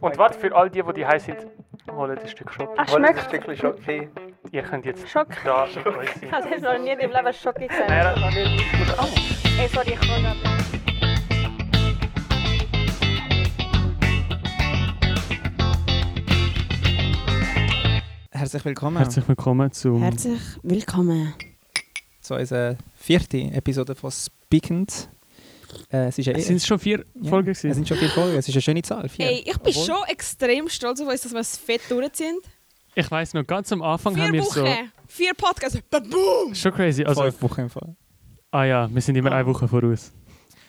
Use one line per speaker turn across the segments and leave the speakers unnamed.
Und was für all die, die die heiß sind, Oh, holen ein Stück Schokolade.
Ach,
Hol jetzt ein
schmeckt.
Stückchen Schokolade.
Ihr könnt jetzt
Schock.
da euch
Ich habe noch nie im Leben Schoki gesehen.
ernähren.
Ey, sorry, ich kann nicht.
Herzlich willkommen
Herzlich willkommen
Mhm.
zum
Herzlich willkommen.
zu unserer vierten Episode von Speakend. Äh, es ist ja eh-
Es sind schon vier
ja,
Folgen
Es
Also-
gewesen.
sind schon vier Folgen, es ist eine schöne Zahl. Vier.
Ey, ich bin
Obwohl-
schon extrem stolz auf uns, dass wir es fett durchziehen.
Ich weiss noch, ganz am Anfang haben
Vier
wir
Wochen,
so...
vier Podcasts, baboom!
Schon crazy. Also,
Fünf Wochen im Fall.
ah ja, wir sind immer
Ah.
eine Woche voraus.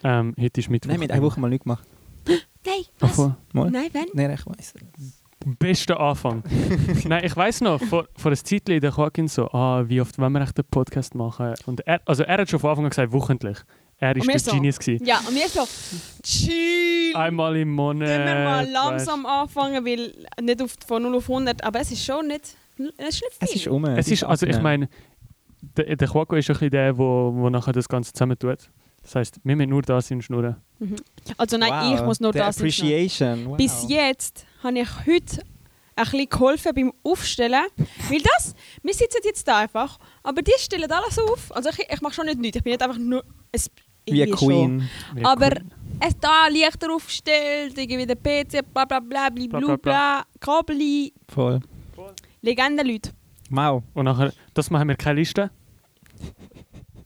Ähm, heute ist Mittwoch.
Nein, mit einer Woche mal nicht gemacht.
Nein, was?
Davon.
Mal?
Nein, wenn?
Nein, ich weiß.
Bester Anfang. Nein, ich weiss noch, vor, vor einer Zeit der Joaquin so, ah, wie oft wollen wir echt einen Podcast machen? Und er, also er hat schon von Anfang an gesagt, wochentlich. Er war
Und wir
der
so.
Genius. Gewesen.
Ja, und wir so, chill!
Einmal im Monat.
Können wir mal
weisst.
langsam anfangen, weil nicht auf, von 0 auf 100, aber es ist schon nicht, es ist nicht viel.
Es ist um.
Es ist, also ich meine, der, der Quaco ist ein bisschen der, wo, wo nachher das Ganze zusammen tut. Das heisst, wir müssen nur das hinschnurren.
also nein,
wow,
ich muss nur
der
das nicht
Appreciation. Wow.
Bis jetzt habe ich heute ein bisschen geholfen beim Aufstellen. Weil das, wir sitzen jetzt da einfach, aber die stellen alles auf. Also ich, ich mache schon nicht nichts, ich bin nicht einfach nur... Es,
Wie eine
irgendwie schon.
Queen.
Wie
Aber
cool.
es da Lichter aufgestellt, irgendwie der PC, bla bla bla, bli,
Bla,
bla,
bla,
bla, bla. Kabel,
Voll.
Legende Leute.
Wow.
Und nachher, das machen wir keine Liste.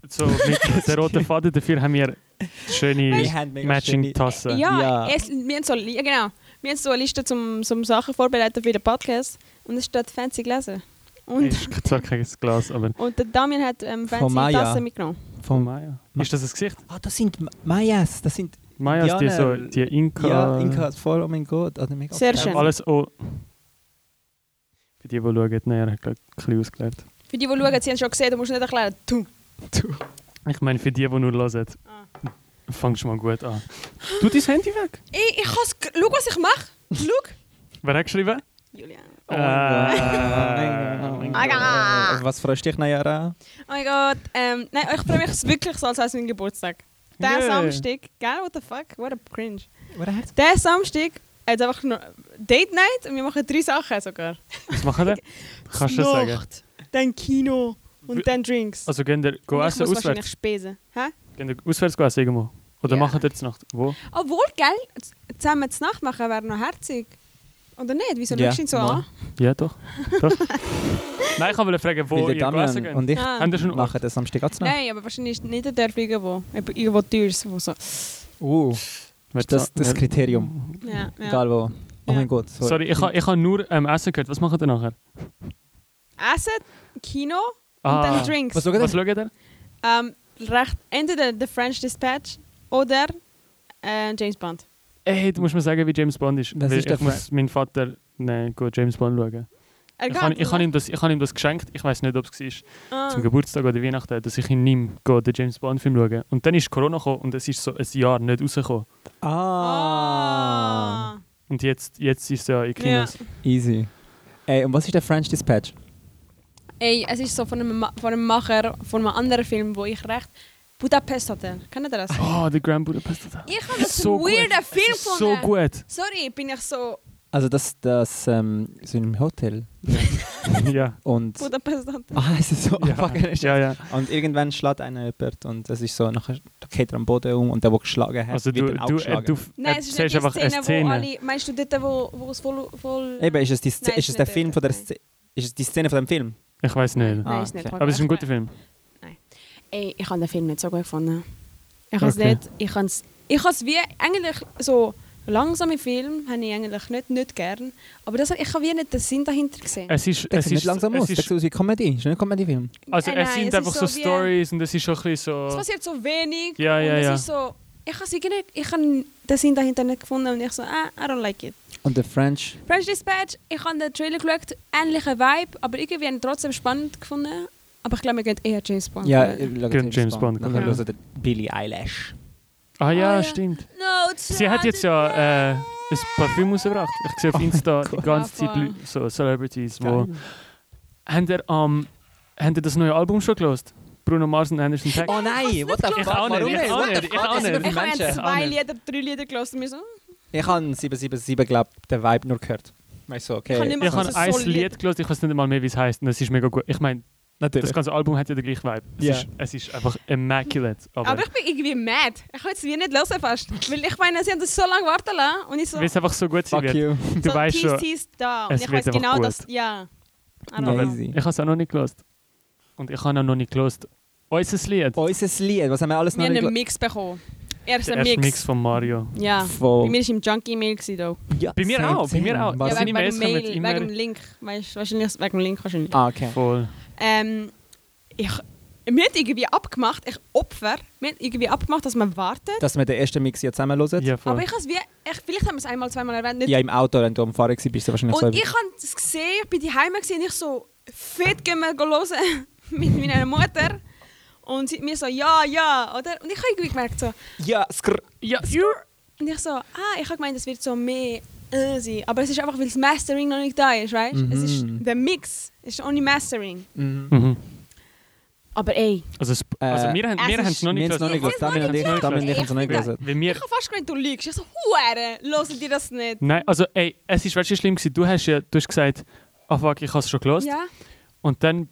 So mit der roten Faden, dafür haben wir schöne
haben mega schöne-
Matching-Tassen.
Ja,
Ja.
Es, wir haben so, ja, genau. Wir haben so eine Liste zum, zum Sachen vorbereiten für den Podcast und es steht fancy gelesen. Und,
Ist zwar kein Glas, aber...
und der Damian hat ähm,
Von
fancy
Maya.
Tassen mitgenommen.
Oh,
Vom,
Maya. Ist das ein Gesicht?
ah, das sind Ma- Mayas. Das sind
Maya ist die, so,
Indianer.
die ne. Inka.
ja, Inkas. Voll, oh mein Gott. Oder mega
Sehr
geil.
schön.
Alles oh. Für die, die schauen, nein, er hat gerade ein bisschen ausgelernt.
Für die, die schauen, sie haben schon gesehen, du musst nicht erklären. Du.
Ich meine, für die, die nur hören,
Ah.
fangst du mal gut an. Tu dein Handy weg.
Ey, ich has, schau, was ich mache. Schau.
Wer hat geschrieben?
Julian.
Oh,
Äh,
wow.
mein
Gott.
Äh, Was freust du dich, Nayara?
Oh mein Gott. Ähm, nein, ich freue mich wirklich so, als wäre es mein Geburtstag. Der
Yeah.
Samstag. Gell, what the fuck? What a cringe.
What a heart-
Der Samstag hat einfach nur Date Night und wir machen drei Sachen sogar.
Was machen wir? Kannst du das sagen?
Nacht, Dann Kino
Wie-
und dann Drinks.
Also gehen wir
Und
go
ich
essen
muss wahrscheinlich
auswärts.
spesen. Hä?
Gehen wir auswärts go essen irgendwo. Oder
Ja.
machen wir das Nacht? Wo?
Obwohl, gell, z- zusammen zu Nacht machen wäre noch herzig. Oder nicht? Wieso
Ja,
schaust du ihn so
mal.
an?
Ja, doch. doch. Nein, ich wollte fragen, wo
Weil der
ihr go essen
Damian
geht.
und ich
Ah.
Habt ihr schon
machen das Samstag auch zu Nacht.
Nein, aber wahrscheinlich ist nicht der Dörf irgendwo. Eben Irgendwo teures. Wo so.
Uh, ist das das Kriterium?
ja, ja.
Egal wo. Oh
Ja.
mein Gott.
Sorry, ich habe ich ha nur ähm, Essen gehört. Was machen ihr nachher?
Essen, Kino und dann Drinks.
Was schaut ihr?
Ah. Was schaut ihr?
Ähm, recht, entweder The French Dispatch oder äh, James Bond.
Ey, du musst mir sagen, wie James Bond ist.
Das
Weil
ist der
ich muss meinen Vater nein, gut, James Bond schauen.
Er
Ich habe
geht,
ich hab ihm, das- ich hab ihm das geschenkt. Ich weiß nicht, ob es war
Ah.
zum Geburtstag oder Weihnachten, dass ich ihn nehme, gehe den James Bond-Film schauen. Und dann ist Corona gekommen und es ist so ein Jahr nicht rausgekommen.
Ah.
Ah.
Und jetzt, jetzt ist es ja in
Ja.
Kinos.
Easy. Ey, und was ist der French Dispatch?
Ey, es ist so von einem, Ma- von einem Macher von einem anderen Film, wo ich recht. Budapest Hotel. Kennt ihr das?
Oh, The Grand Budapest Hotel.
Ich habe das
So
so ein weirder Film
Es ist so
gefunden.
gut.
Sorry, bin ich so
Also das, das ähm, so in einem Hotel
ja.
und...
Budapest Hotel.
Ah, es ist so...
Ja.
Fuck, er ist-
ja, ja.
Und irgendwann schlägt einer jemand und es ist so, nachher da geht er am Boden um und der, der geschlagen hat,
Also du,
wird
du,
dann auch
äh,
geschlagen.
du
Nein,
äh,
es ist
siehst
nicht die
einfach
Szene, wo alle. Meinst du dort, wo, wo es voll. voll
Eben, ist es, die Szene,
Nein,
ist es
ist
der
nicht
Film
der-
von der
nein.
Szene? Ist es die Szene von dem Film?
Ich weiß nicht.
Ah,
Nein, ist nicht.
okay.
Aber es ist ein guter Film.
Ey, ich habe den Film nicht so gut gefunden. Ich habe es
Okay.
nicht. Ich habe es ich habe es wie eigentlich so langsame Filme habe ich eigentlich nicht, nicht gern. Aber das, ich habe wie nicht den Sinn dahinter gesehen.
Es ist,
Der
es
sieht nicht
ist,
langsam aus,
es
der
ist,
sieht aus wie Comedy, ist nicht ein Comedy-Film.
also
Äh, Nein,
es
nein,
sind
es
einfach
ist
so,
so wie-
Stories und es ist schon ein bisschen
Es
so...
passiert so wenig.
Ja, ja,
und es
ja.
ist so, ich habe nicht, ich habe den Sinn dahinter nicht gefunden und ich so, ah, I don't like it.
Und der French...
French Dispatch, ich habe den Trailer geschaut, ähnlicher Vibe, aber irgendwie habe ich ihn trotzdem spannend gefunden. Aber ich glaube, wir gehen eher James Bond.
Ja,
schauen.
ich schaue
James Bond,
Und dann
genau.
hören wir Billie Eilish.
Ah
Ah,
ja,
ja.
stimmt.
No, it's
Sie hat
not
jetzt
a-
ja äh, ein Parfüm rausgebracht. Ich
Oh
sehe auf Insta die ganze
Ja,
Zeit
voll.
Leute- so Celebrities, wo...
Geil.
Habt ihr, ähm, habt ihr das neue Album schon gehört? Bruno Mars und Anderson Paak?
Oh nein, what the
Ich
fuck?
auch nicht,
Warum
ich auch
What the
nicht, ich
fuck?
auch
Das sind
nicht.
wir
Ich
für
habe
Menschen.
zwei
Auch nicht.
Lieder, drei Lieder gelesen. und mir so,
Ich habe 777, glaube ich, den Vibe nur gehört. Weißt du, okay.
Ich hab nicht mehr-
Ich
Das
habe
ist
ein
so lieb.
Lied gelesen, ich weiß nicht einmal mehr, wie es heißt. Und es ist mega gut. Ich meine,
Natürlich.
das ganze Album hat ja den gleichen Vibe. Es,
Ja.
ist, es ist einfach immaculate. Aber,
Aber ich bin irgendwie mad. Ich kann jetzt wie nicht hören fast. Weil ich meine, sie haben das so lange warten lassen und ich so,
weil es einfach so gut sein
Fuck
wird.
you.
Du
so
weißt
tease,
schon.
tease, da. Und
es
ich
wird
weiß
einfach
genau,
gut.
dass, ja. I don't
Nein.
know.
Easy.
Ich habe es auch noch nicht gelesen. Und ich habe auch noch nicht gelesen. Unser Lied.
Unser Lied, was haben wir alles
Wir
noch
haben
nicht gel-
einen Mix bekommen. Er ist
Der
ein
erste
Mix.
Mix von Mario.
Ja. Bei
Voll.
mir war im Junkie-Mail. gewesen,
Ja,
Bei mir
same,
auch, bei mir
same.
auch. Ja,
da.
Was
Ja,
sind die
wegen, wegen,
Mails kommen
Mail,
immer-
wegen dem Link. Weißt, wahrscheinlich, wegen dem Link wahrscheinlich.
Ah, okay.
Voll.
Ähm, ich, wir haben irgendwie abgemacht, ich Opfer, wir haben irgendwie abgemacht, dass man wartet.
Dass wir den ersten Mix jetzt zusammen hören.
Ja, voll.
Aber ich habe es wie, ich, vielleicht haben wir es einmal, zweimal erwähnt. Nicht.
Ja, im Auto, wenn du am Fahren warst, bist du wahrscheinlich
und
so...
ich habe es gesehen, ich bin die Heime und ich so, fit gehen wir hören mit meiner Mutter. Und sie mir so, ja, ja, oder? Und ich habe irgendwie gemerkt so,
Ja, skrr.
ja,
und ich so, ah, ich habe gemeint, es wird so mehr äh, sein. Aber es ist einfach, weil das Mastering noch nicht da ist, weißt du? Es ist
Mhm.
der Mix, es ist ohne Mastering.
Mhm.
Mhm.
Aber ey,
Also, es- also
Äh,
wir haben
es
wir haben es
ist-
noch
Wir
nicht
haben es noch
gelesen.
nicht gelesen. Damien und ich,
gehört.
Damien und ich haben es noch nicht
Ja.
gelesen.
Weil wir,
ich habe fast gemeint, du lügst. Ich so, Huere, hören die das nicht?
Nein, also ey, es ist weißt du, schlimm gewesen. Du hast ja, du hast gesagt, ah fuck, ich habe es schon gelesen.
Ja.
Und dann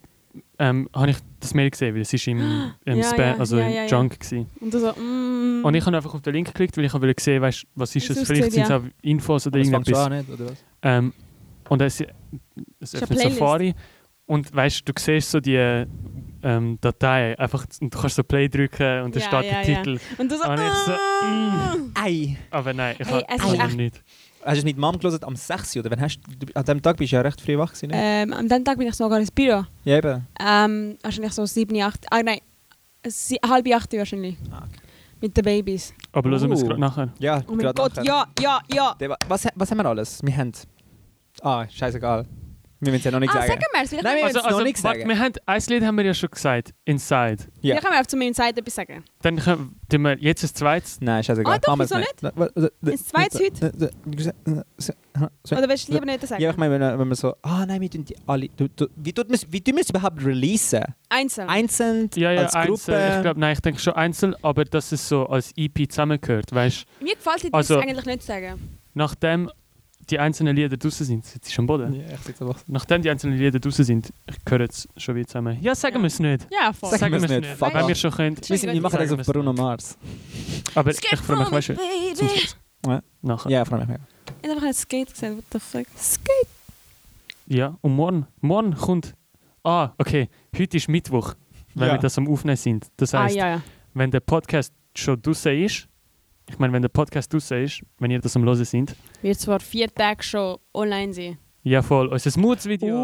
ähm, habe ich das Mail gesehen, weil es ist im, im
Ja,
Spam,
ja,
also
ja,
im
ja, Mhm. ja.
Junk gewesen.
Und du so, mm.
Und ich habe einfach auf den Link geklickt, weil ich wollte sehen, weißt, was ist
Was
es?
ist
Vielleicht
das,
sind es
ja.
auch Infos oder
Das fängt schon
irgendetwas.
an, ne? nicht? Oder was?
Ähm, und es, es
eine
öffnet
Playlist.
Safari und weißt, du siehst so die ähm, Datei einfach und du kannst so Play drücken und dann
Ja,
steht der
ja, ja.
Titel.
Und du so,
Und ich so,
ah.
Ei!
Aber nein, ich
Ey,
habe
es
ist
es
echt-
nicht.
Hast du es mit Mom gelesen am 6 Uhr, oder? Wann hast du, du- an dem Tag bist du ja recht früh wach gewesen, nicht?
ähm, Am dem Tag bin ich sogar ins Büro.
Ja, eben.
Ähm, wahrscheinlich so 7, 8, ah nein, sie, halb 8 wahrscheinlich.
Ah,
Mit den Babys.
Aber hören wir es
Uh.
gerade nachher.
Ja,
Oh mein
gerade
Gott,
nachher.
ja, ja, ja.
Der- Was, was haben wir alles? Wir haben... Ah, scheißegal. Wir müssen es ja noch nicht
Ah, sag
sagen.
mal, vielleicht,
Nein, wir
Also,
müssen es
also
noch nicht
warte,
sagen.
wir haben, ein Lied haben wir ja schon gesagt, Inside.
Ja.
vielleicht können wir auf zu meinem Zeit etwas sagen.
Dann können tun wir jetzt ein zweites.
Nein, scheißegal.
Ah, doch,
Machen wir
wieso
es nicht?
Ist zweites
heute?
Oder willst du lieber nicht sagen?
Ja, ich meine, wenn, wenn wir so, ah nein, wir tun die alle, du, du, wie tun wir es- wie tun wir es überhaupt releasen?
Einzeln.
Einzeln,
Ja, ja,
als Gruppe?
einzeln. Ich glaube, nein, ich denke schon einzeln, aber dass es so als EP zusammengehört. Weißt du,
Mir gefällt es
Also-
eigentlich nicht zu sagen.
die einzelnen Lieder draußen sind, sitzt sie schon am Boden.
ja, ich sitze einfach so.
Nachdem die einzelnen Lieder draußen sind, gehören es schon wieder zusammen. Ja, sagen
Ja.
wir es nicht.
Ja, voll.
Sag- Sagen
wir
wir's
es
nicht. Fuck
Wenn
off.
wir schon können.
Wir, sind, wir machen das
Sagen
auf
wir's
Bruno Mars.
Aber ich
Skate
freue mich, weißt du, zum
Baby.
Schluss.
Ja.
Nachher. Ja.
Ja, ich freue mich mega.
Ich habe einfach nicht Skate gesagt, what the fuck.
und morgen. Morgen kommt. Ah, okay. Heute ist Mittwoch, weil
Ja.
wir das am Aufnehmen sind. Das heißt,
ah, ja, ja.
wenn der Podcast schon draußen ist, ich meine, wenn der Podcast draußen ist, wenn ihr das am Hören sind,
Wird zwar vier Tage schon online sein.
ja voll, unser Moods-Video.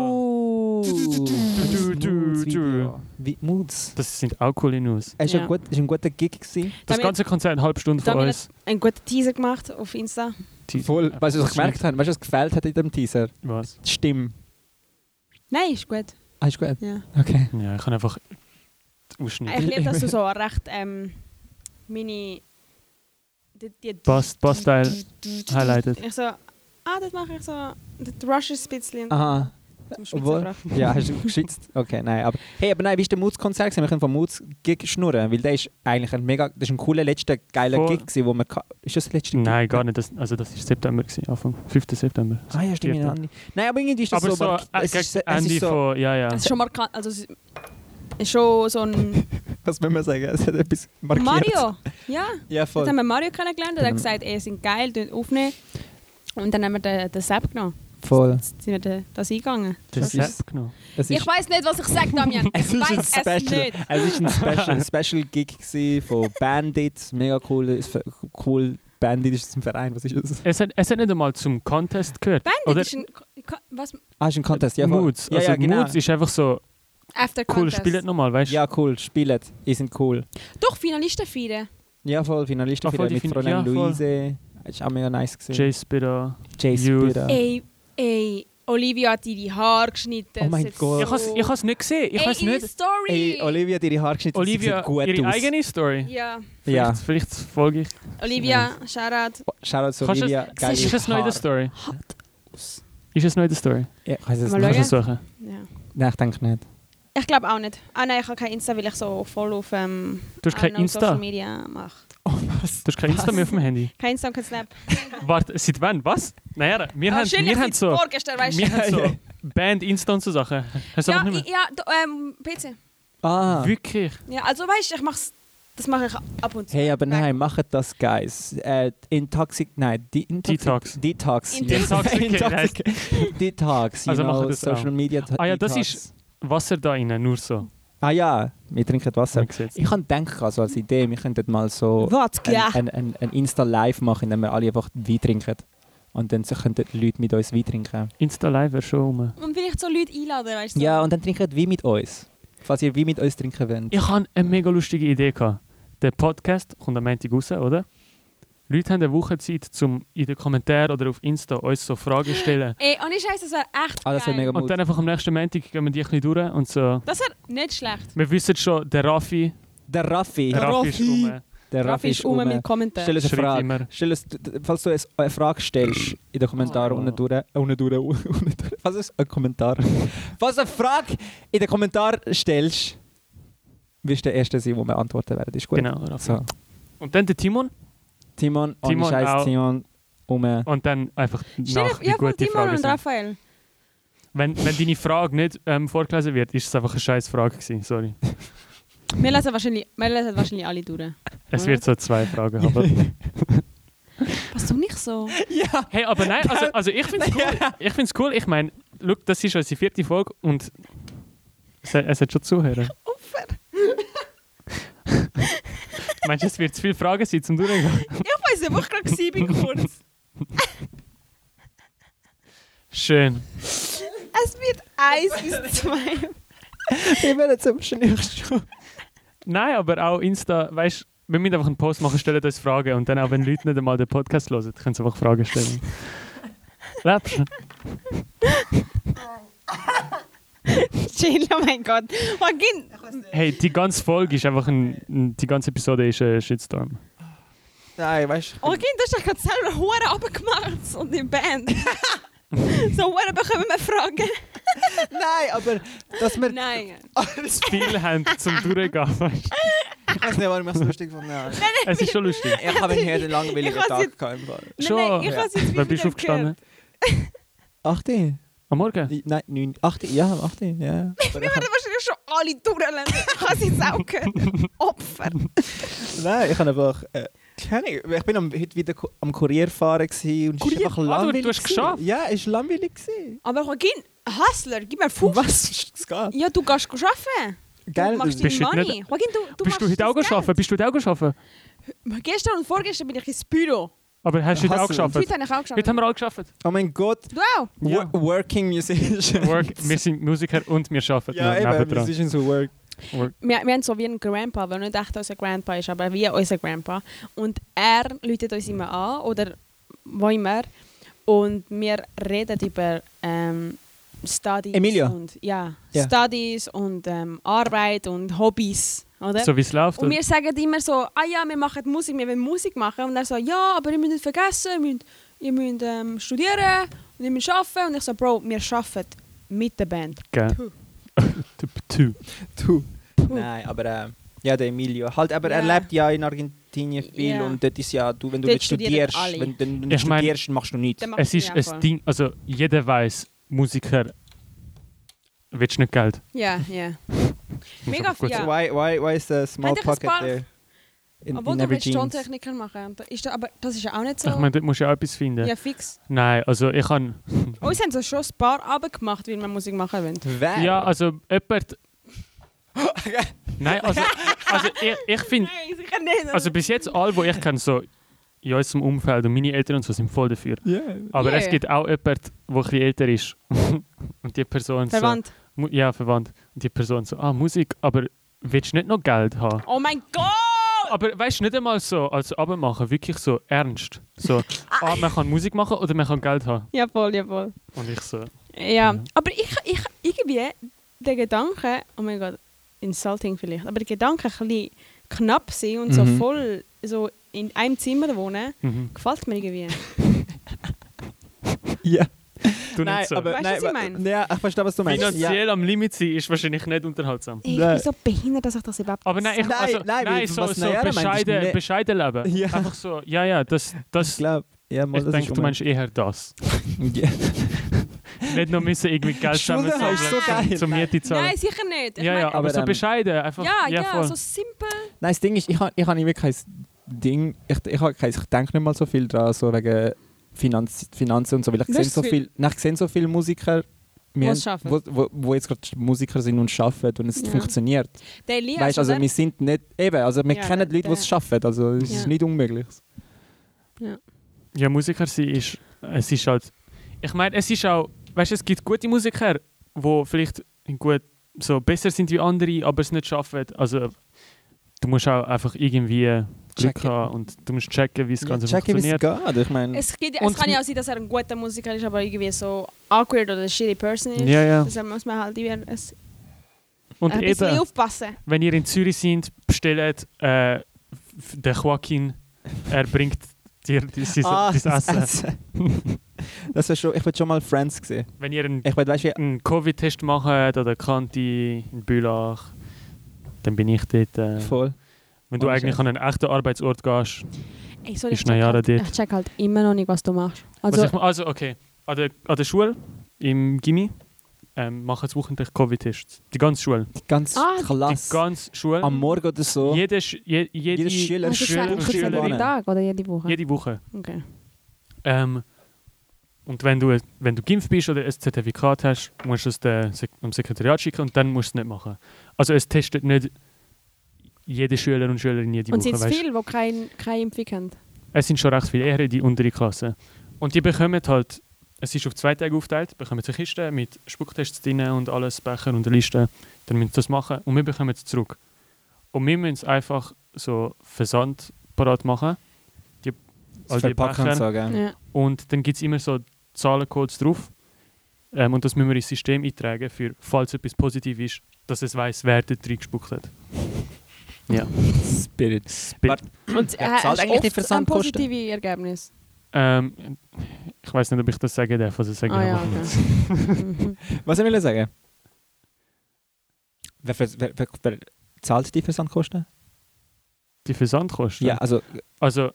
Uh,
du, du, du.
Wie Moods.
Das sind auch coole News.
Es war
Ja.
ein, gut, ist ein guter Gig. Gewesen.
Das
Damit-
ganze Konzert eine halbe Stunde von
Damit-
uns.
Einen guten Teaser gemacht auf Insta.
Die-
Voll. Weißt du, was ich gemerkt habe? Weißt du, was gefällt hat in dem Teaser?
Was?
Die Stimme.
Nein, ist gut.
Ah, ist gut.
Ja.
Okay.
Ja, ich kann einfach
Ich
ausschneiden.
liebe, dass du so recht ähm, meine. Die, die,
Äh,
Bass- Bassteil highlighted.
Ich so, ah, das mache ich so. Das Rush ist ein bisschen
Aha.
zum
Ah, Obwohl-
Schweizer
Ja, hast du geschützt? Okay, nein. Aber, hey, aber nein, wie war der Moods-Konzert? gewesen? Wir können vom Moods-Gig schnurren, weil der ist eigentlich ein mega, das ist ein cooler, letzter, geiler
Voll.
Gig, gewesen, wo man... ka- Ist das der letzte Gig?
Nein, gar nicht. Das, also das war September, gewesen, Anfang 5. September.
Ah ja, stimmt.
Vierter.
ja, Nein, Nein, aber irgendwie ist das
Aber
so...
so,
mark-
äh,
es
gegen
ist, so- es
Ende
ist so
von, ja, ja.
Es ist schon markant. Also, es ist schon so ein.
was müssen wir sagen? Es hat etwas markiert.
Mario! Ja,
Ja,
jetzt
voll. Genau.
haben wir Mario kennengelernt und er hat gesagt, ey, sind geil, tun aufnehmen. Und dann haben wir den, den Sepp genommen.
Voll.
Jetzt sind wir den, das eingegangen.
Das
Das
ist
ist-
genau.
Es
Ich weiß nicht, was ich sage, Damian. Ich
Es ist ein
weiß es
Special.
nicht.
Es ist ein Special, ein Special Gig gewesen von Bandit. Mega cool. ist ver- cool. Bandit ist ein Verein. Was ist das?
Es hat, es hat nicht einmal zum Contest gehört.
Bandit
Oder
ist ein. Was?
Ah, ist ein Contest. Ja, voll.
Moods.
Ja,
also
ja, genau.
Moods ist einfach so,
After
cool,
Contest.
spielt nochmal, weißt du?
Ja, cool. Spielt. Ihr sind cool.
Doch, Finalisten feiern.
Ja, voll. Finalisten
Ah, voll,
wieder
die
mit
Fin-
Fräulein
ja, voll.
Luise. Ist auch mega nice gewesen.
Jay Spira.
Jay
Youth.
Spira.
Ey, ey, Olivia hat ihre Haare geschnitten.
Oh mein
Das ist
Gott.
so-
Ich has- Ich habe es nicht gesehen. Ich
ey,
has
ihre
nicht.
Story.
Ey, Olivia hat ihre Haare geschnitten. sie
Olivia,
sieht gut
ihre
aus.
eigene Story.
Ja,
Vielleicht,
Ja.
vielleicht folge ich.
Olivia, Shoutout.
Oh, Shoutout zu
Kannst du
Olivia. Geile
Ist es neu
Haare.
der Story?
Hot aus.
Ist es neu der Story?
Ja, ich weiß es
Mal
nicht.
Kannst du es
schauen.
suchen?
Ja.
Nein, ich denke nicht.
Ich glaube auch nicht. Ah nein, ich habe kein Insta, weil ich so voll auf ähm,
Du hast kein
auch noch Social
Insta?
Media mache.
was?
Oh, Du hast kein Insta mehr auf dem Handy.
Kein Instagram, kein Snap.
Warte, seit wann? Was? Naja, wir haben,
Wahrscheinlich
wir haben
seit
so,
Vorgestern, weißt du.
wir haben so Band, Insta und so Sachen. Hast du
Ja,
einfach nicht
i- ja, da, ähm, PC.
Ah.
mehr? Wirklich?
Ja, also weißt du, ich mach's. Das mache ich ab und zu.
Hey, aber nein, macht das, Guys. Äh, intoxic, nein, die
Detox.
Detox.
Intoxic-
Intoxic- Detox, you
Also
know,
macht das
Social
auch.
Media
Ah ja, das
Detox.
ist- Wasser da rein, nur so.
Ah ja, wir trinken Wasser.
Man sieht's.
Ich habe gedacht, also als Idee, wir könnten mal so
Was?
ein,
Ja.
ein, ein, ein Insta-Live machen, in dem wir alle einfach Wein trinken. Und dann so könnten die Leute mit uns Wein trinken.
Insta Live wäre schon rum.
Und vielleicht so Leute einladen, weißt du.
Ja, und dann trinken die Wein mit uns. Falls ihr Wein mit uns trinken wollt.
Ich hatte eine mega lustige Idee. Gehabt. Der Podcast kommt am Montag raus, oder? Leute haben eine Woche Zeit, um in den Kommentaren oder auf Insta uns so Fragen zu stellen.
Ey, ohne Scheiß, das wäre echt
Ah, das wäre
geil.
mega
Und
mutig.
dann einfach am nächsten Montag gehen wir die ein bisschen durch und so.
Das wäre nicht schlecht.
Wir wissen schon, der Raffi,
Der Raffi.
der Raffi ist
Raffi.
rum.
Der Raffi ist
um
rum.
mit Kommentaren.
Stell uns eine
Schreibt
Frage.
immer.
Stell uns, d- d- falls du es- eine Frage stellst in den Kommentaren
Oh.
unten durch, äh, unten durch, unten durch. falls es ein Kommentar, falls du eine Frage in den Kommentar stellst, wirst du der Erste sein, wo wir antworten werden. Ist gut.
Genau, Raffi.
So.
Und dann der Timon
Timon, ohne
Timon auch.
Scheiß, Timon, um.
und dann einfach
Stell
nach
dir
die
ja, von
gute
Timon
Frage
und
sind.
Raphael.
Wenn, wenn deine Frage nicht ähm, vorgelesen wird, ist es einfach eine scheiß Frage gewesen, sorry.
Wir lesen wahrscheinlich, wir lesen wahrscheinlich alle durch.
Es wird so zwei Fragen haben.
Was du nicht so?
Ja!
Hey, aber nein, also, also ich finde es cool. Ich find's cool. Ich meine, look, das ist unsere vierte Folge und es, es hat schon Zuhörer. Meinst du, es wird zu viele Fragen sein zum Durchgehen?
Ich weiß nicht, wo ich gerade war, bin kurz.
Schön.
Es wird eins bis zwei.
Ich werde jetzt am schnellsten schon.
Nein, aber auch Insta, weißt du, wir müssen einfach einen Post machen, stellen uns Fragen und dann auch, wenn Leute nicht einmal den Podcast hören, können sie einfach Fragen stellen. Lebst du?
Chill, oh mein Gott. Magin,
Hey, die ganze Folge ist einfach ein, ein die ganze Episode ist ein Shitstorm.
Nein, weißt du.
Magin, du hast dich gerade selber Huren abgemacht und in Band. so Huren bekommen wir Fragen.
Nein, aber dass wir.
Nein.
ich
Viel haben zum Durchgehen, weißt du.
weiß nicht, warum ich es lustig fand. Nein.
Es ist schon lustig.
Ich habe hier einen langweiligen
Ich weiß
Tag
jetzt-
gehabt. im Fall.
Nein,
Schon.
nein, ich
Ja.
habe jetzt
Wann bist du aufgestanden?
Achte?
Am Morgen?
Nein, neun. Achte? Ja, achte. Ja.
Wir werden wahrscheinlich schon alle durchlesen. Ich habe sie jetzt auch gehört. Opfer.
Nein, ich habe einfach. Äh, keine Ahnung, ich bin am, heute wieder ku- am Kurier fahren gewesen und es ist
Kurier?
einfach
Ah, du- du
langweilig.
hast
gewesen.
geschafft.
Ja, es war langweilig. gewesen.
Aber Magin, Hustler, gib mir Fuß.
Was ist das geht?
Ja, du gehst arbeiten.
Geil,
du machst
bist
dein
heute
Money. Joaquin, du, du
Bist du
machst
heute auch
dein
geschaffen? Bist du heute auch geschaffen?
Geld. Gestern und vorgestern bin ich ins Büro.
Aber hast du heute
Hast
auch
du-
geschafft?
Heute habe ich auch geschafft.
Heute haben wir alle geschafft.
Oh mein Gott,
Du auch?
Ja.
wo- Working Musician.
Work, wir sind Musiker und wir arbeiten
ja,
noch
eben,
nebendran.
Musicians who work.
Wir, wir haben so wie einen Grandpa, weil nicht echt unser Grandpa ist, aber wie unser Grandpa. Und er läutet uns immer an oder wo immer. Und wir reden über ähm, Studies.
Emilio?
Und, ja,
Ja.
Studies und ähm, Arbeit und Hobbys. Oder?
So wie es läuft.
Und wir sagen immer so, ah ja, wir machen Musik, wir wollen Musik machen. Und er so, ja, aber ihr müsst nicht vergessen, ihr müsst, ihr müsst ähm, studieren und ihr müsst arbeiten. Und ich so, Bro, wir arbeiten mit der Band.
Gell. Typ 2.
Du. Nein, aber. Äh, ja, der Emilio. Halt, aber er
Ja.
lebt ja in Argentinien viel
Ja.
und dort ist ja, du, wenn du
Dort
nicht
studieren
studierst,
alle.
wenn du nicht
Ich mein-
studierst, machst du nichts.
Dann machen
Es
wir
ist
einfach.
ein Ding, also jeder weiß, Musiker willst nicht Geld.
Ja, ja. Mega
aber gut sein.
viel. Ja.
Why, why, why is the small
Hat dich ein
pocket
Spark?
there? In,
Obwohl
in
du
every
willst
jeans.
Tontechniker machen. Da Ist da, aber das ist ja auch nicht so.
Ich meine, dort musst du ja auch etwas finden.
ja, fix.
Nein, also ich kann.
Uns haben so schon ein paar Abend gemacht, weil wir Musik machen wollen.
Wer?
Ja, also jemand. Nein, also, also ich, ich finde.
Nein, sicher nicht.
Also bis jetzt alle, die ich kenne, so in unserem Umfeld und meine Eltern und so sind voll dafür.
Ja.
Aber
Yeah.
es gibt auch jemanden, der etwas älter ist. und die Person
Verwandt.
so. Mu- Ja, verwandt. Und die Person so, ah, Musik, aber willst du nicht noch Geld haben?
Oh mein Gott!
Aber weißt du, nicht einmal so als Abendmachen, wirklich so ernst. So, ah, man kann Musik machen oder man kann Geld haben.
Jawohl, jawohl.
Und ich so,
Ja, aber ich, ich irgendwie der Gedanke, oh mein Gott, insulting vielleicht, aber der Gedanke ein bisschen knapp sein und so
Mhm.
voll so in einem Zimmer wohnen,
mhm.
gefällt mir irgendwie.
Ja.
Du
Nein,
nicht so.
aber
Weißt du,
nein,
was ich
wa-
meine?
Ja, ich verstehe, was du meinst. Ja.
Finanziell am Limit sein ist wahrscheinlich nicht unterhaltsam.
Ich
Nein.
bin so behindert, dass ich das überhaupt
Aber nein, ich,
Nein,
also,
nein,
nein,
weil
so,
was
so
Nayara meint, ist
bescheiden,
ne-
bescheiden leben.
Ja.
Einfach so, ja, ja, das,
Ich
das,
glaube, ja, mal,
ich
das
denke,
ist
du meinst eher das.
Ja.
Nicht noch müssen irgendwie Geld
Schulden
zusammensammeln,
haben ist so
zum,
geil.
zum Miete zahlen.
Nein, sicher nicht. Ich
ja, ja,
meine-
aber,
Aber
so
dann-
bescheiden, einfach,
ja, ja,
voll.
so simpel.
Nein, das Ding ist, ich habe ich hab irgendwie kein Ding, ich, ich, hab kein, ich denke nicht mal so viel dran, so wegen Finanz, Finanzen und so, weil ich
Du
sehe
hast
so
das
viel, nein, ich sehe so viele Musiker, wir
Wo's
haben-
schaffen.
wo, wo, wo jetzt gerade Musiker sind und arbeiten und es
Ja.
funktioniert.
Der Elias,
weißt du, also
oder?
wir sind nicht, eben, also wir
Ja,
kennen Leute, die es
der-
schaffen, also es
Ja.
ist nicht unmöglich.
Ja, Musiker sein ist, es ist halt, ich meine, es ist auch, weißt du, es gibt gute Musiker, die vielleicht gut, so besser sind wie andere, aber es nicht schaffen. Also, du musst auch einfach irgendwie Glück
Checken.
haben und du musst checken, wie das Ganze
check wie es
funktioniert.
geht, ich meine,
es, gibt,
Und-
es kann ja auch sein, dass er ein guter Musiker ist, aber irgendwie so awkward oder eine shitty person ist.
Ja, ja.
Deshalb muss man halt irgendwie ein, ein
Und
bisschen
eben,
aufpassen.
wenn ihr in Zürich seid, bestellt äh, f- den Joaquin, er bringt dir dieses, dieses Essen.
Ah, das wär schon, ich will schon mal Friends sehen.
Wenn ihr einen,
Ich will, weißt du, wie-
einen Covid-Test macht oder Kanti in Bülach, dann bin ich dort. Äh,
voll.
Wenn du
Ohne
eigentlich
Scheiß.
an einen echten Arbeitsort gehst.
Ey, sorry,
Ist
ich check
Nayara
halt,
dort?
Ich check halt immer noch nicht, was du machst.
Also,
Also,
ich, ma- also okay, an der, an der Schule, im Gimmi, ähm, machen sie wöchentlich Covid-Tests. Die ganze Schule.
Ganz
Ah,
Die
klasse.
ganze Schule.
Am Morgen oder so.
jede, Sch- je, jede,
Jeder Schüler
also
Schüler
zwei-
und
kurz jeden
Schülerinnen.
Tag oder jede Woche?
Jede Woche.
Okay.
Ähm, und wenn du, wenn du geimpft bist oder ein Zertifikat hast, musst du es der Sek dem Sekretariat schicken und dann musst du es nicht machen. Also es testet nicht jede Schüler und Schülerin jede
Und
Woche.
sind es
weisst du.
viele, die keine, keine Impfung haben?
Es sind schon recht viele, eher die untere Klasse. Und die bekommen halt, es ist auf zwei Tage aufgeteilt, bekommen sie Kisten mit Spucktests drin und alles, Becher und eine Liste. Dann müssen sie das machen und wir bekommen es zurück. Und wir müssen es einfach so Versand parat machen. Die, all die
Verpacken und
Becher.
so, gell?
Ja.
Und dann gibt es immer so Zahlencodes drauf. Ähm, und das müssen wir ins System eintragen, für, falls etwas positiv ist, dass es weiß, wer dort reingespuckt hat. Ja.
Spirit.
Und
Ja,
äh,
zahlt
hast
eigentlich die
oft ein
Versandkosten?
positives Ergebnis.
Ähm, ich weiß nicht, ob ich das sagen darf, was ich sagen
Ah ja,
darf.
okay. Mhm.
Was ich will sagen? Wer, vers- wer, wer, wer zahlt die Versandkosten?
Die Versandkosten?
Ja, also,
Also,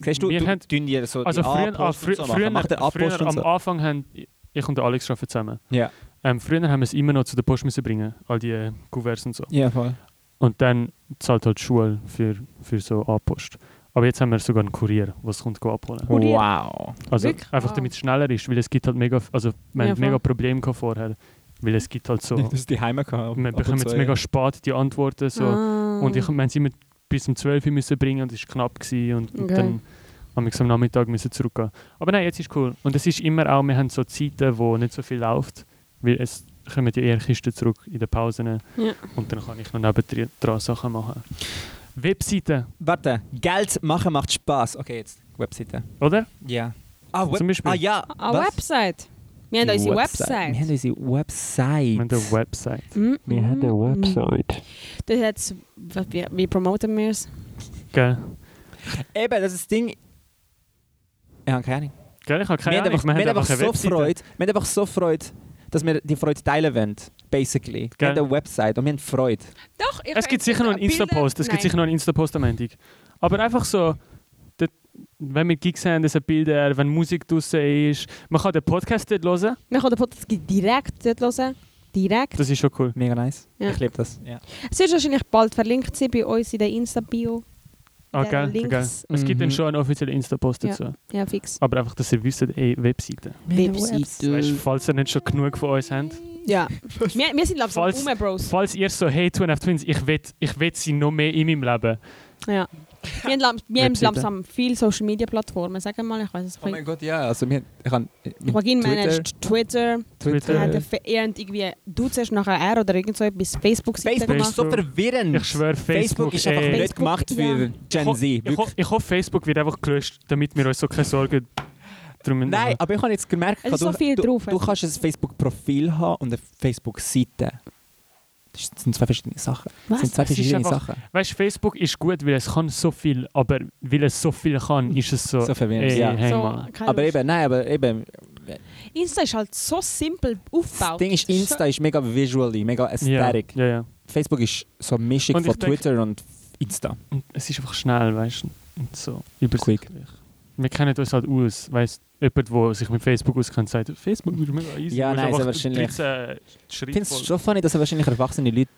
siehst du,
Wir
du
haben-
tun dir so
also
die
früher, ah,
A-Post
frü
und so machen.
früher,
Macht der A-Post
früher
und
am
so.
Anfang haben ich und der Alex arbeiten zusammen.
Ja.
Ähm, früher haben wir es immer noch zu der Post müssen bringen, all die äh, Kuverts und so.
Ja, voll.
Und dann zahlt halt die Schule für, für so A-Post. Aber jetzt haben wir sogar einen Kurier, der es kommt go abholen.
Kurier.
Oh, Wow.
Also
Wirklich?
einfach
Wow.
damit es schneller ist, weil es gibt halt mega, also wir
Ja,
haben
voll.
mega Probleme gehabt vorher, weil es gibt halt so,
Das ist die Heime gehabt.
wir
ab und
bekommen
zu,
jetzt
ja.
mega spät die Antworten so.
Ah.
Und ich, wir haben sie immer bis um 12 Uhr müssen bringen und es war knapp. Gewesen und
Okay.
dann haben wir am Nachmittag müssen zurückgehen. Aber nein, jetzt ist cool. Und es ist immer auch, wir haben so Zeiten, wo nicht so viel läuft, weil es kommen ja eher Kisten zurück in den Pausen.
Ja.
Und dann kann ich noch nebendran Sachen machen. Webseiten,
Warte, Geld machen macht Spaß. Okay, jetzt Webseite.
oder?
Ja. Ah, Web
Zum Beispiel.
ah ja.
Eine Website. Wir haben
Die
unsere
Wir haben
Website.
unsere
Wir haben eine
Website.
Website.
Mhm.
Website.
Das jetzt, was- wie, wie promoten wir es?
Gell?
Eben, das ist das Ding. Ich habe keine Ahnung.
Gell? Ich habe keine
wir haben
Ahnung.
einfach, wir haben einfach
eine
so
Webseite.
Freude, wir haben einfach so Freude, dass wir die Freude teilen wollen, basically. Wir
Gell.
haben eine Website und wir haben Freude.
Doch, ich
Es gibt sicher noch einen Insta-Post. Es gibt sicher noch einen Insta-Post am Ende. Aber einfach so, dort, wenn wir Gigs haben, es sind Bilder, wenn Musik draußen ist. Man kann den Podcast dort hören.
Man kann den Podcast direkt dort hören. Direkt.
Das ist schon cool.
Mega nice.
Ja.
Ich liebe das. Ja.
Es wird wahrscheinlich bald verlinkt sein bei uns in der Insta-Bio.
Ah,
Der
geil, geil.
Links.
Es gibt dann
Mhm.
schon einen offiziellen Insta-Post dazu.
Ja, fix.
Aber einfach, dass ihr wisst, ey, Webseite.
Äh,
Weißt, falls ihr nicht schon genug von uns habt.
Ja. wir, wir sind, glaube ich,
Falls-
so Bros.
Falls ihr so, hey, Twin F Twins, ich will, ich will sie noch mehr in meinem Leben.
Ja. Wir haben, lam- wir haben
Webseite.
langsam viele Social-Media-Plattformen. Sagen wir mal, ich weiß es
Oh
nicht.
mein Gott, ja. Also wir, ich kann,
Joaquin
Twitter.
managt Twitter.
Twitter.
Er
Äh.
hat eine Fe- er hat irgendwie, du zuerst nachher er oder irgend so etwas Facebook-Seite
Facebook ist
gemacht.
so
Facebook.
verwirrend.
Ich schwöre, Facebook,
ist einfach
ey.
nicht
Facebook,
gemacht für
ja.
Ich
Gen
ho-
Z.
Ich, ho
Wirklich.
ich hoffe, Facebook wird einfach gelöscht, damit wir uns so keine Sorgen drum machen.
Nein, aber ich habe jetzt gemerkt,
Es ist so
du,
viel
du,
drauf.
du kannst ein Facebook-Profil haben und eine Facebook-Seite. Das sind zwei verschiedene Sachen. Das
Was?
sind zwei
Es ist
verschiedene
einfach-
Sachen.
Weißt du, Facebook ist gut, weil es kann so viel, aber weil es so viel kann, ist es so.
So verwirrend,
ey,
ja.
Hey,
So,
Mann.
keine
Aber
Lust.
eben, nein, aber eben,
Insta ist halt so simpel aufgebaut.
Das Ding ist, Insta ist mega visually, mega
Ja,
aesthetic.
ja, ja.
Facebook ist so eine Mischung
Und ich
von Twitter und Insta.
Und es ist einfach schnell, weißt du? Und so übersichtlich. Wir kennen uns halt aus, weißt du? Jemand, der sich mit Facebook auskennt, sagt, Facebook ist mega easy.
Ja,
Du musst
nein,
einfach
so wahrscheinlich.
13 Schritte
Ich finde es
folgen.
schon funny, dass wahrscheinlich erwachsene Leute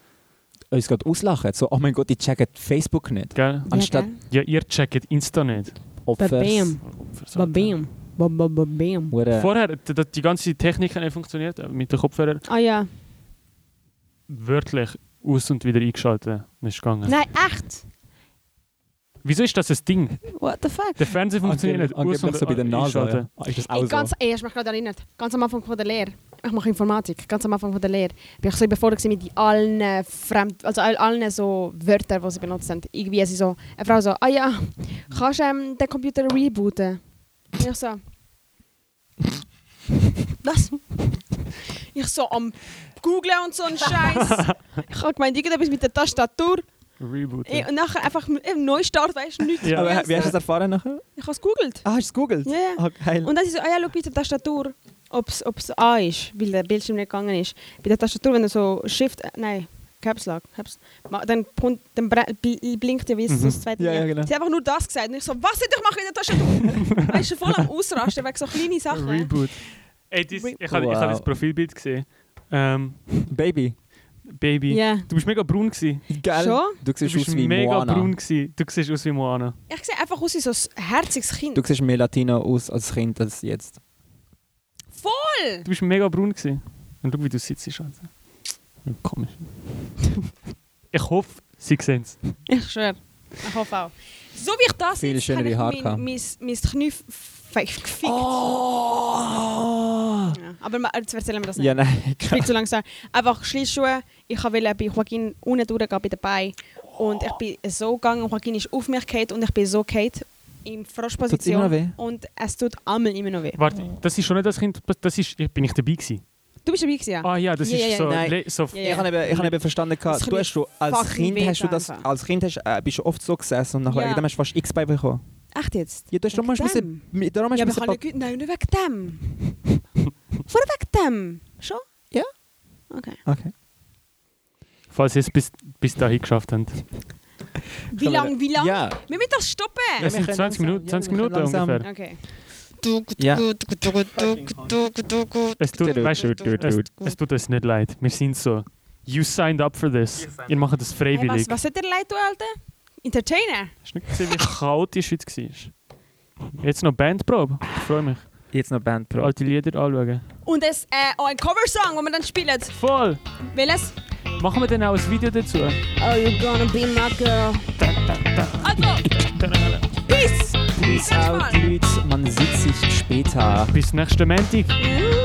uns gerade auslachen. So, oh mein Gott, die checken Facebook nicht.
Gell?
Anstatt
Ja, ihr checkt Insta nicht.
Opfers.
Babam.
Opfer, so.
Babam. Babam.
Hure-
Vorher, d- d- die ganze Technik hat nicht funktioniert äh, mit den Kopfhörern.
Ah ja.
Wörtlich aus und wieder eingeschaltet. Dann ist es gegangen.
Nein, echt.
Wieso ist das ein Ding?
What the fuck?
Der Fernseher funktioniert nicht.
Angeblich
Aus und
so bei der
an-
NASA.
einschalten.
Ja. Ah, Ist das
Ey,
auch so?
ganz, ey, hast mich gerade erinnert. Ganz am Anfang von der Lehre. Ich mache Informatik. Ganz am Anfang von der Lehre. Bin ich so überfordert gewesen mit allen fremd, also all- allen so Wörtern, die sie benutzt haben. Irgendwie sie so, eine Frau so, ah ja, kannst du ähm, den Computer rebooten? Und ich so, was? Ich so am googlen und so ein Scheiß. Ich habe gemeint, irgendetwas mit der Tastatur.
Reboot.
Ich, und nachher einfach äh, Neustart, weißt du, nichts.
Ja.
Aber
Ich
wie hast du das
habe
erfahren nachher?
es gegoogelt.
Ah, hast du es gegoogelt?
Ja.
Ah, geil.
Und dann ist so, ah ja, schau bei der Tastatur, ob es A ist, weil der Bildschirm nicht gegangen ist. Bei der Tastatur, wenn du so Shift, äh, nein, Caps Lock, Caps, ma- dann, kommt- dann bre- bl- blinkt ja wie es
Mhm.
so das zweite
Ja, ja,
Ding.
genau.
Sie hat einfach nur das gesagt und ich so, was soll ich machen mit der Tastatur? weißt du, voll am Ausrasten wegen so kleine Sachen.
Reboot. Ey, dies,
Re-
ich habe ich hab
Wow.
das Profilbild gesehen. Ähm,
Baby.
Baby.
Ja.
Du bist mega braun gewesen.
Geil.
Schon?
Du
Du
siehst
bist
aus wie
mega
Moana.
braun gewesen. Du siehst aus wie Moana.
Ich sehe einfach aus wie so ein herziges Kind.
Du siehst mehr Latino aus als Kind als jetzt.
Voll!
Du bist mega braun gewesen. Und schau, wie du sitzt. Alter. Ja, Komisch. ich hoffe, sie sehen es.
Ich schwöre. Ich hoffe auch. So wie ich das
Viel
jetzt, habe
schönere
ich
Haare
mein,
gehabt.
mein, mein Knie f- f- gefickt.
Oh!
Ja. Aber ma- jetzt erzählen wir das nicht.
Ja, nein.
viel zu langsam. Einfach Schlittschuhe. Ich wollte bei Joaquin unten durchgehen bei den Beinen. Und ich bin so gegangen und Joaquin ist auf mich gefallen und ich bin so gefallen. In
Tut's immer noch weh?
Froschposition. Und es tut einmal immer noch weh.
Warte, das ist schon nicht das Kind. Das ist, bin ich dabei gewesen.
Du bist dabei gewesen, ja?
Ah ja, das
Ja,
ist
ja, ja.
so.
Nein.
le- so
Ja, ja.
Ich habe eben, ich habe eben verstanden,
Das
gehabt, du hast schon, als
fucking
Kind hast du das,
wehtan.
als Kind hast, äh, bist du oft so gesessen und nachher
Ja.
wegen dem hast du fast x bei bekommen.
Echt jetzt?
Ja, du hast darum
Wegen
hast du müssen- mi- darum hast
Ja,
du
aber ich
müssen
habe nicht...
Pap-
ge- Nein, nicht wegen dem. Vor wegen dem. Schon?
Ja.
Okay.
Okay.
Falls ihr es bis, bis dahin geschafft habt.
Wie lange, wie lange?
Ja.
Wir müssen das stoppen.
Es
wir
sind
können
20
langsam.
Minuten,
Ja,
20
wir können
Minuten
langsam.
ungefähr.
Okay.
Ja.
Es tut,
Tut,
weißt,
tut, tut,
es,
tut.
es tut uns nicht leid. Wir sind so. You signed up for this. Ihr macht das
Hey,
freiwillig.
was, was hat der Leute tun, Alter? Entertainer.
Hast du nicht gesehen, wie kalt die Schweiz war? Jetzt noch Bandprobe. Ich freue mich.
Jetzt noch Band Pro.
Alte Lieder anschauen.
Und es, äh, auch ein Coversong, den wir dann spielen.
Voll!
Welches?
Machen wir dann auch ein Video dazu?
Oh, you're gonna be my girl. Also, peace.
Peace out, Leute. Man sieht sich später.
Bis nächsten Montag.
Mm.